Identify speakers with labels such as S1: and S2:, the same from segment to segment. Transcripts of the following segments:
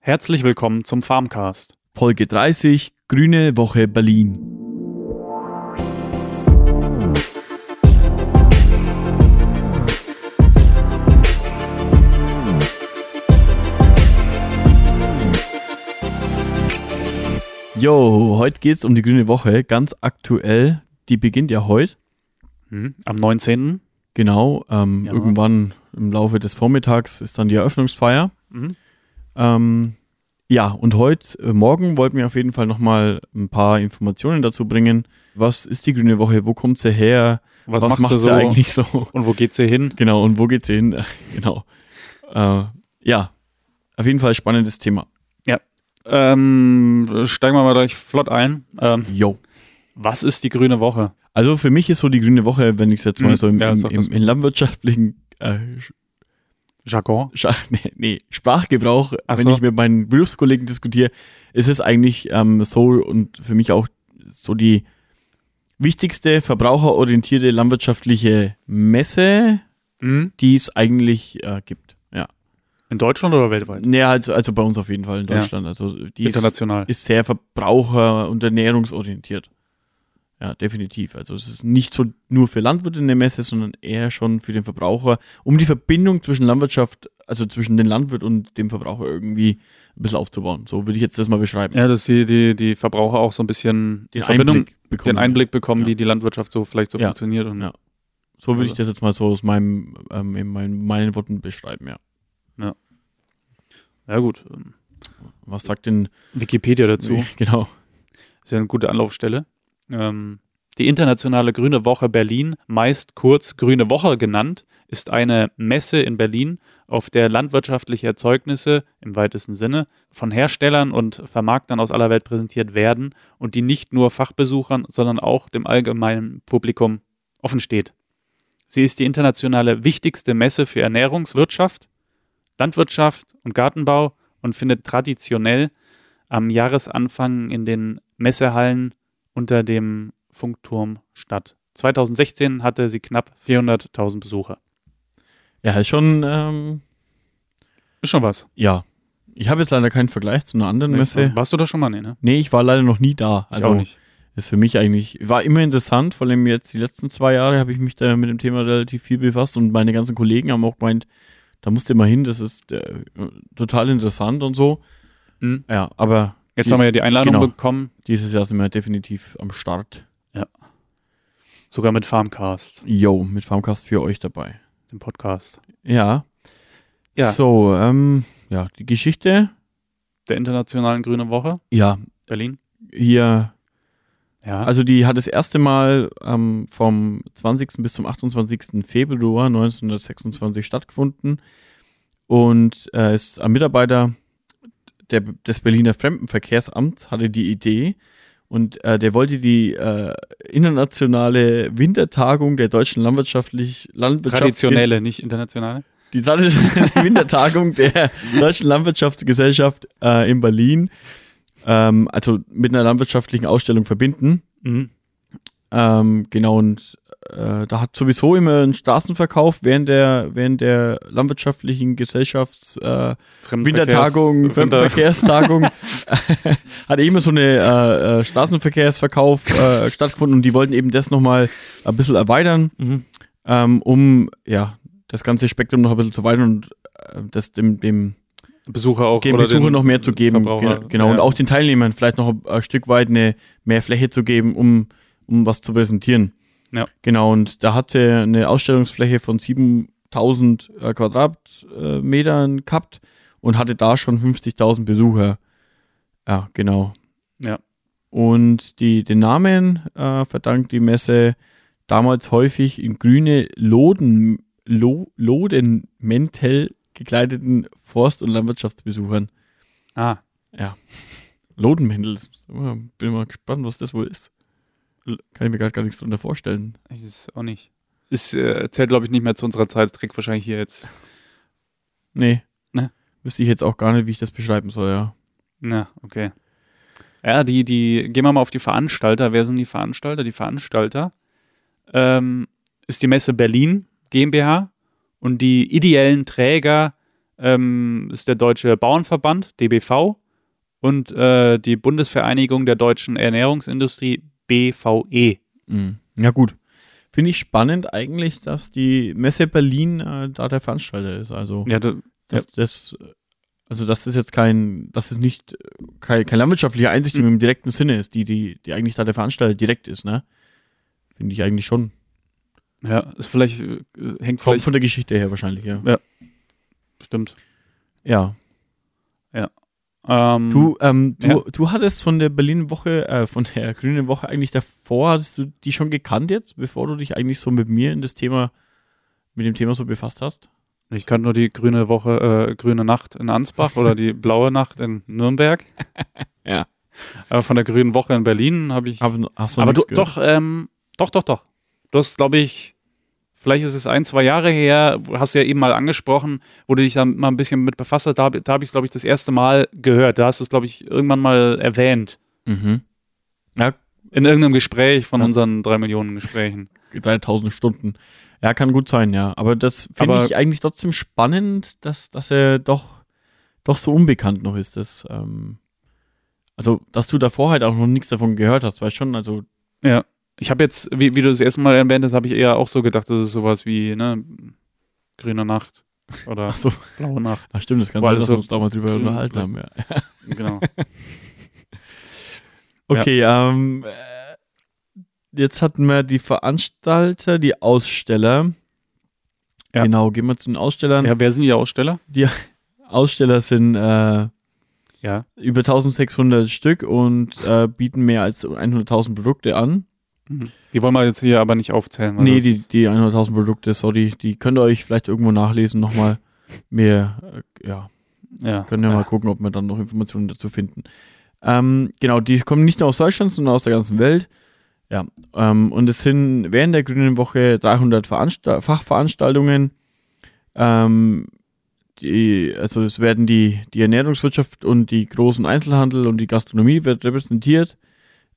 S1: Herzlich willkommen zum Farmcast.
S2: Folge 30, Grüne Woche Berlin. Yo, heute geht's um die Grüne Woche, ganz aktuell. Die beginnt ja heute,
S1: Hm? Am 19.
S2: genau. Ähm,
S1: Ja.
S2: Irgendwann im Laufe des Vormittags ist dann die Eröffnungsfeier.
S1: Mhm.
S2: Ähm, ja, und heute äh, Morgen wollten wir auf jeden Fall nochmal ein paar Informationen dazu bringen. Was ist die Grüne Woche? Wo kommt sie her?
S1: Was, macht
S2: macht
S1: sie so
S2: eigentlich so?
S1: und wo geht sie hin?
S2: Genau, und wo geht's hin? genau. Äh, ja, auf jeden Fall spannendes Thema.
S1: Ähm, steigen wir mal gleich flott ein. Ähm,
S2: Yo.
S1: was ist die grüne Woche?
S2: Also für mich ist so die Grüne Woche, wenn ich es jetzt mal
S1: Mhm,
S2: so im,
S1: ja,
S2: im,
S1: sag das
S2: im, im landwirtschaftlichen äh,
S1: Jargon?
S2: Scha nee, nee, Sprachgebrauch,
S1: Ach
S2: wenn
S1: so.
S2: ich mit meinen Berufskollegen diskutiere, ist es eigentlich ähm, so und für mich auch so die wichtigste verbraucherorientierte landwirtschaftliche Messe,
S1: Mhm.
S2: die es eigentlich äh, gibt. Ja.
S1: In Deutschland oder weltweit?
S2: Nee, also, also bei uns auf jeden Fall in
S1: Ja.
S2: Deutschland. Also die ist,
S1: International.
S2: ist sehr verbraucher- und ernährungsorientiert. Ja, definitiv. Also es ist nicht so nur für Landwirte eine Messe, sondern eher schon für den Verbraucher, um die Verbindung zwischen Landwirtschaft, also zwischen den Landwirt und dem Verbraucher irgendwie ein bisschen aufzubauen. So würde ich jetzt das mal beschreiben.
S1: ja, dass die, die, die Verbraucher auch so ein bisschen
S2: Den
S1: Verbindung,
S2: Einblick bekommen.
S1: den Einblick bekommen,
S2: Ja.
S1: wie die Landwirtschaft so vielleicht so
S2: Ja.
S1: funktioniert. Und,
S2: Ja. So würde ich
S1: Also
S2: das jetzt mal so aus meinem, ähm, in meinen, meinen Worten beschreiben, ja.
S1: ja gut. Ähm,
S2: Was sagt denn
S1: Wikipedia dazu.
S2: Genau.
S1: ist ja eine gute Anlaufstelle. Ähm, die internationale Grüne Woche Berlin, meist kurz Grüne Woche genannt, ist eine Messe in Berlin, auf der landwirtschaftliche Erzeugnisse im weitesten Sinne von Herstellern und Vermarktern aus aller Welt präsentiert werden und die nicht nur Fachbesuchern, sondern auch dem allgemeinen Publikum offen steht. Sie ist die internationale wichtigste Messe für Ernährungswirtschaft, Landwirtschaft und Gartenbau und findet traditionell am Jahresanfang in den Messehallen unter dem Funkturm statt. 2016 hatte sie knapp 400.000 Besucher.
S2: Ja, ist schon, ähm,
S1: Ist schon was.
S2: ja. Ich habe jetzt leider keinen Vergleich zu einer anderen Messe.
S1: Warst du da schon mal? Nee, ne?
S2: Nee, ich war leider noch nie da.
S1: Ich
S2: Also ist für mich eigentlich, war immer interessant, vor allem jetzt die letzten zwei Jahre habe ich mich da mit dem Thema relativ viel befasst und meine ganzen Kollegen haben auch gemeint, da musst du immer hin, das ist äh, total interessant und so.
S1: Mhm.
S2: Ja, aber
S1: Jetzt
S2: die-
S1: haben wir ja die Einladung
S2: genau.
S1: bekommen,
S2: dieses Jahr sind wir definitiv am Start.
S1: sogar mit Farmcast,
S2: Yo, mit Farmcast für euch dabei.
S1: dem Podcast.
S2: Ja.
S1: Ja.
S2: So, ähm, ja, die Geschichte,
S1: Der Internationalen Grünen Woche,
S2: ja,
S1: Berlin.
S2: hier
S1: Ja.
S2: Also die hat das erste Mal ähm, vom 20. bis zum 28. Februar 1926 stattgefunden und äh, ist ein Mitarbeiter der, des Berliner Fremdenverkehrsamts hatte die Idee und äh, der wollte die äh, internationale Wintertagung der deutschen landwirtschaftlich landwirtschaftlichen
S1: Traditionelle, nicht internationale.
S2: die traditionelle Wintertagung der Deutschen Landwirtschaftsgesellschaft äh, in Berlin ähm, also mit einer landwirtschaftlichen Ausstellung verbinden ähm, genau, und äh, da hat sowieso immer ein Straßenverkauf während der, während der landwirtschaftlichen Gesellschafts äh,
S1: Fremdenverkehrs-
S2: Wintertagung,
S1: Winter-
S2: Verkehrstagung, hat immer so eine äh, äh, Straßenverkehrsverkauf äh, stattgefunden und die wollten eben das nochmal ein bisschen erweitern, ähm, um ja das ganze Spektrum noch ein bisschen zu weiten und äh, das dem, dem
S1: Besucher auch.
S2: dem
S1: oder
S2: Besucher
S1: den
S2: noch mehr zu geben.
S1: Verbraucher.
S2: Ge- Genau,
S1: ja.
S2: und auch den Teilnehmern vielleicht noch ein, ein Stück weit eine, mehr Fläche zu geben, um, um was zu präsentieren.
S1: Ja.
S2: Genau, und da hat sie eine Ausstellungsfläche von 7000 äh, Quadratmetern gehabt und hatte da schon 50.000 Besucher. Ja, genau.
S1: Ja.
S2: Und die, den Namen äh, verdankt die Messe damals häufig in grüne Loden, Lo, Lodenmäntel gekleideten Forst- und Landwirtschaftsbesuchern.
S1: Ah,
S2: Lodenmäntel, das ist- oh, bin mal gespannt, was das wohl ist. L- Kann ich mir gerade gar nichts drunter vorstellen.
S1: ich ist auch nicht. Ist, äh, zählt, glaube ich, nicht mehr zu unserer Zeit. Trägt wahrscheinlich hier jetzt.
S2: Nee.
S1: Ne?
S2: Wüsste ich jetzt auch gar nicht, wie ich das beschreiben soll, ja.
S1: Na, okay. Ja, die, die, gehen wir mal auf die Veranstalter. Wer sind die Veranstalter? Die Veranstalter ähm, ist die Messe Berlin GmbH und die ideellen Träger ähm, ist der Deutsche Bauernverband, DBV, und äh, die Bundesvereinigung der deutschen Ernährungsindustrie, E. BVE.
S2: Mhm. Ja, gut. Finde ich spannend eigentlich, dass die Messe Berlin äh, da der Veranstalter ist. Also,
S1: Ja, da,
S2: dass das, also, dass das jetzt kein, dass es nicht äh, kein, keine landwirtschaftliche Einrichtung im direkten Sinne ist, die, die, die eigentlich da der Veranstalter direkt ist, ne? Finde ich eigentlich schon.
S1: ja ist vielleicht, äh, hängt
S2: Kommt
S1: vielleicht,
S2: von der Geschichte her wahrscheinlich, ja.
S1: stimmt.
S2: Ja.
S1: Ähm,
S2: Du, ähm, du,
S1: Ja.
S2: du hattest von der Berlin-Woche, äh, von der Grünen Woche eigentlich davor, hattest du die schon gekannt jetzt, bevor du dich eigentlich so mit mir in das Thema, mit dem Thema so befasst hast?
S1: Ich kannte nur die grüne Woche, äh, grüne Nacht in Ansbach oder die blaue Nacht in Nürnberg.
S2: Ja.
S1: Aber von der grünen Woche in Berlin habe ich.
S2: Hab, hast noch
S1: aber du,
S2: nichts gehört?
S1: doch, ähm, doch, doch, doch. Du hast, glaube ich, vielleicht ist es ein, zwei Jahre her, hast du ja eben mal angesprochen, wo du dich da mal ein bisschen mit befasst hast. Da, hab- da habe ich es, glaube ich, das erste Mal gehört. Da hast du es, glaube ich, irgendwann mal erwähnt.
S2: Mhm. Ja,
S1: In irgendeinem Gespräch von
S2: Ja.
S1: unseren drei Millionen Gesprächen.
S2: 3000 Stunden. Ja, kann gut sein, ja. Aber das finde
S1: Aber-
S2: ich eigentlich trotzdem spannend, dass, dass er doch, doch so unbekannt noch ist. Das, ähm, also, dass du davor halt auch noch nichts davon gehört hast, weißt schon, also
S1: Ich habe jetzt, wie, wie du das erste Mal erwähnt hast, habe ich eher auch so gedacht, das ist sowas wie, ne, grüne Nacht oder
S2: Ach so.
S1: blaue Nacht.
S2: Ach stimmt, das kann
S1: Weil
S2: sein,
S1: es
S2: dass
S1: so
S2: wir uns da mal drüber
S1: grün
S2: unterhalten
S1: bleibt.
S2: haben. Ja.
S1: Genau.
S2: Okay, ähm, äh, jetzt hatten wir die Veranstalter, die Aussteller.
S1: Ja.
S2: Genau, gehen wir zu den Ausstellern.
S1: Ja, wer sind die Aussteller?
S2: Aussteller sind äh,
S1: Ja.
S2: über 1600 Stück und äh, bieten mehr als 100.000 Produkte an.
S1: Mhm. Die wollen wir jetzt hier aber nicht aufzählen. weil
S2: nee,
S1: das
S2: die,
S1: ist-
S2: die 100.000 Produkte, sorry, die könnt ihr euch vielleicht irgendwo nachlesen nochmal. Mehr, äh, ja,
S1: Ja.
S2: Können wir mal gucken, ob wir dann noch Informationen dazu finden. Ähm, genau, die kommen nicht nur aus Deutschland, sondern aus der ganzen Welt. Ja, ähm, und es sind während der Grünen Woche 300 Veransta Fachveranstaltungen. Ähm, die, also es werden die, die Ernährungswirtschaft und die großen Einzelhandel und die Gastronomie wird repräsentiert.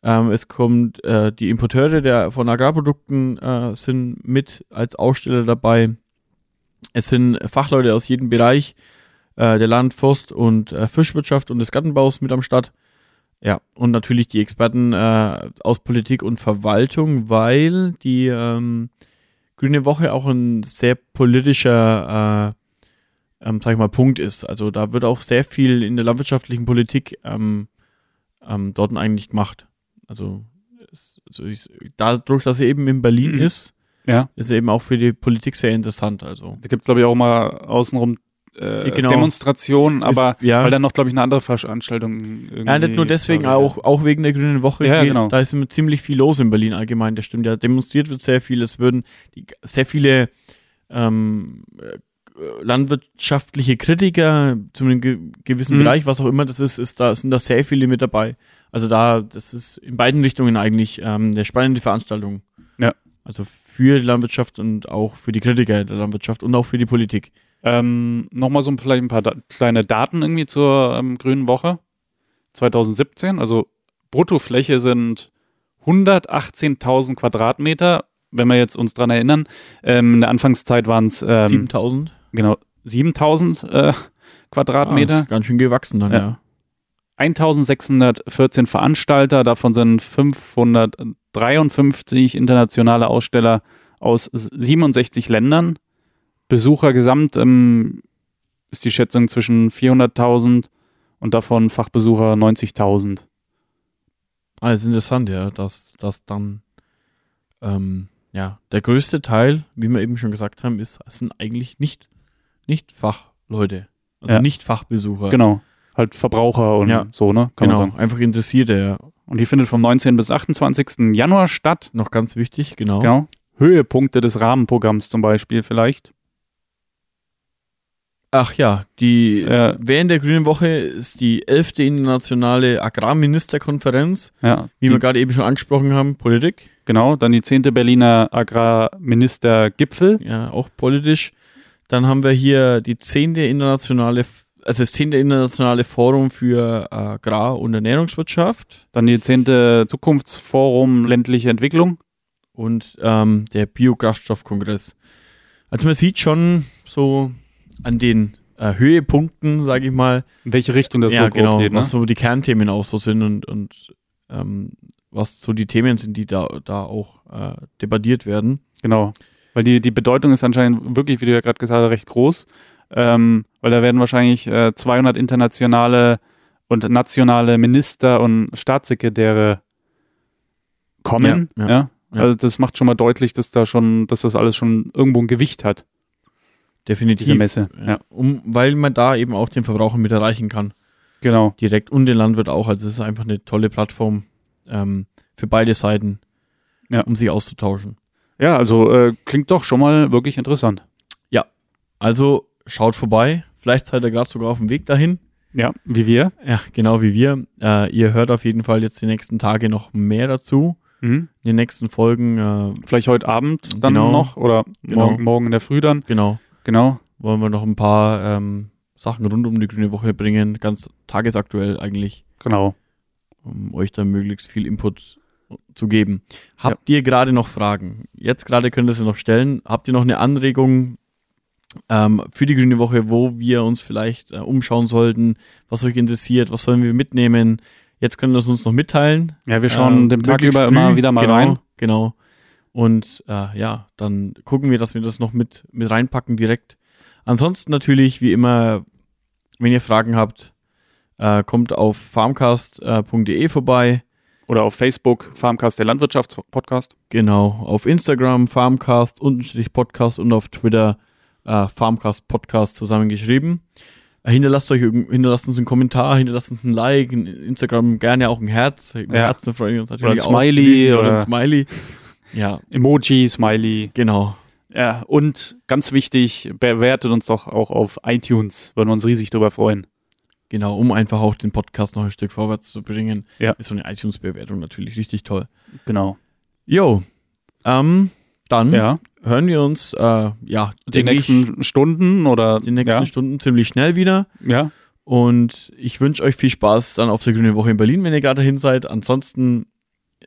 S2: Ähm, es kommt, äh, die Importeure der, von Agrarprodukten äh, sind mit als Aussteller dabei. Es sind Fachleute aus jedem Bereich äh, der Land-, Forst- und äh, Fischwirtschaft und des Gartenbaus mit am Start. Ja, und natürlich die Experten äh, aus Politik und Verwaltung, weil die ähm, Grüne Woche auch ein sehr politischer, äh, ähm, sag ich mal, Punkt ist. Also da wird auch sehr viel in der landwirtschaftlichen Politik ähm, ähm, dort eigentlich gemacht. Also, es, also ich, dadurch, dass er eben in Berlin
S1: Mhm.
S2: ist,
S1: Ja.
S2: ist er eben auch für die Politik sehr interessant. Also
S1: Da gibt es, glaube ich, auch mal außenrum äh,
S2: Ja, genau.
S1: Demonstrationen, aber
S2: Ist- ja.
S1: weil dann noch, glaube ich, eine andere Veranstaltung irgendwie.
S2: Ja, nicht nur deswegen,
S1: glaub ich,
S2: auch, auch wegen der Grünen Woche.
S1: Ja, ja,
S2: Wir-
S1: genau.
S2: Da ist immer ziemlich viel los in Berlin allgemein, das stimmt. Ja, demonstriert wird sehr viel. Es würden die, sehr viele ähm, äh, landwirtschaftliche Kritiker zu einem ge gewissen
S1: Mhm.
S2: Bereich, was auch immer das ist, ist da, sind da sehr viele mit dabei. Also da, das ist in beiden Richtungen eigentlich ähm, eine spannende Veranstaltung.
S1: Ja.
S2: Also für die Landwirtschaft und auch für die Kritiker der Landwirtschaft und auch für die Politik.
S1: Ähm, Nochmal so vielleicht ein paar da kleine Daten irgendwie zur ähm, Grünen Woche 2017. Also Bruttofläche sind 118.000 Quadratmeter. Wenn wir jetzt uns dran erinnern, ähm, in der Anfangszeit waren es ähm,
S2: 7000
S1: genau 7.000 äh, Quadratmeter.
S2: Ah, ist ganz schön gewachsen dann,
S1: Ja.
S2: ja.
S1: 1614 Veranstalter, davon sind 553 internationale Aussteller aus 67 Ländern. Besucher gesamt ähm, ist die Schätzung zwischen 400.000 und davon Fachbesucher 90.000.
S2: Ah, das ist interessant, ja, dass, dass dann, ähm, ja, der größte Teil, wie wir eben schon gesagt haben, ist, es sind eigentlich nicht, nicht Fachleute, also
S1: Ja.
S2: nicht Fachbesucher.
S1: Genau, halt Verbraucher und
S2: Ja.
S1: so, ne? Kann man
S2: genau
S1: sagen.
S2: einfach Interessierte, ja.
S1: Und die findet vom 19. bis 28. Januar statt.
S2: Noch ganz wichtig, genau.
S1: Genau. Höhepunkte des Rahmenprogramms zum Beispiel vielleicht.
S2: Ach ja, die,
S1: Ja.
S2: während der Grünen Woche ist die 11. internationale Agrarministerkonferenz,
S1: Ja,
S2: wie
S1: die-
S2: wir gerade eben schon angesprochen haben, Politik,
S1: genau. Dann die 10. Berliner Agrarministergipfel.
S2: ja, auch politisch. Dann haben wir hier die 10. internationale, also das 10. internationale Forum für äh, Agrar- und Ernährungswirtschaft.
S1: Dann die 10. Zukunftsforum ländliche Entwicklung.
S2: und ähm, der Biokraftstoffkongress. Also man sieht schon so an den äh, Höhepunkten, sage ich mal.
S1: In welche Richtung das
S2: ja,
S1: so grob
S2: genau,
S1: geht, ne?
S2: was so die Kernthemen auch so sind und, und ähm, was so die Themen sind, die da, da auch äh, debattiert werden.
S1: Genau. Weil die, die Bedeutung ist anscheinend wirklich, wie du ja gerade gesagt hast, recht groß. Ähm, weil da werden wahrscheinlich äh, 200 internationale und nationale Minister und Staatssekretäre kommen.
S2: Ja,
S1: Ja,
S2: ja, ja.
S1: Also das macht schon mal deutlich, dass da schon, dass das alles schon irgendwo ein Gewicht hat,
S2: Definitiv.
S1: diese Messe. Ja,
S2: Ja, um, weil man da eben auch den Verbraucher mit erreichen kann.
S1: genau.
S2: Direkt und den Landwirt auch. Also es ist einfach eine tolle Plattform ähm, für beide Seiten,
S1: Ja.
S2: um sich auszutauschen.
S1: Ja, also äh, klingt doch schon mal wirklich interessant.
S2: Also schaut vorbei. Vielleicht seid ihr gerade sogar auf dem Weg dahin.
S1: Ja, wie wir.
S2: Ja, genau wie wir. Äh, ihr hört auf jeden Fall jetzt die nächsten Tage noch mehr dazu.
S1: Mhm.
S2: In den nächsten Folgen, äh,
S1: Vielleicht heute Abend dann
S2: Genau.
S1: noch oder
S2: Genau.
S1: morgen, morgen in der Früh dann.
S2: genau,
S1: Genau.
S2: wollen wir noch ein paar ähm, Sachen rund um die Grüne Woche bringen. Ganz tagesaktuell eigentlich,
S1: Genau.
S2: um euch da möglichst viel Input zu geben. Habt ihr gerade noch Fragen? Jetzt gerade könnt ihr sie noch stellen. Habt ihr noch eine Anregung ähm, für die Grüne Woche, wo wir uns vielleicht äh, umschauen sollten? Was euch interessiert? Was sollen wir mitnehmen? Jetzt könnt ihr es uns noch mitteilen.
S1: Ja, wir schauen
S2: Ähm,
S1: dem Tag
S2: möglichst
S1: über
S2: früh,
S1: immer wieder mal
S2: genau,
S1: rein.
S2: Genau. Und äh, ja, dann gucken wir, dass wir das noch mit, mit reinpacken direkt. Ansonsten natürlich, wie immer, wenn ihr Fragen habt, äh, kommt auf farmcast.de vorbei.
S1: Oder auf Facebook, Farmcast, der Landwirtschaftspodcast.
S2: Genau, auf Instagram farmcast-podcast und auf Twitter äh, farmcast-podcast zusammengeschrieben. Äh, Hinterlasst, euch, irgend- hinterlasst uns einen Kommentar, hinterlasst uns ein Like, in Instagram gerne auch ein Herz. Mit
S1: Ja.
S2: Herzen freuen wir uns natürlich
S1: ein Smiley
S2: auch. Riesen-
S1: oder-
S2: ein Smiley. Ja,
S1: Emoji, Smiley.
S2: genau.
S1: Ja, und ganz wichtig, bewertet uns doch auch auf iTunes. Würden wir uns riesig drüber freuen.
S2: Genau, um einfach auch den Podcast noch ein Stück vorwärts zu bringen.
S1: Ja.
S2: Ist so eine iTunes-Bewertung natürlich richtig toll.
S1: Genau.
S2: Jo, ähm, dann
S1: Ja.
S2: hören wir uns, äh, ja,
S1: Die
S2: denke ich,
S1: nächsten Stunden oder
S2: die nächsten
S1: ja,
S2: Stunden ziemlich schnell wieder.
S1: ja,
S2: Und ich wünsche euch viel Spaß dann auf der Grünen Woche in Berlin, wenn ihr gerade dahin seid. Ansonsten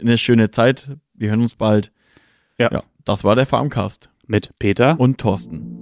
S2: eine schöne Zeit. Wir hören uns bald.
S1: Ja.
S2: das war der Farmcast
S1: mit Peter
S2: und Thorsten.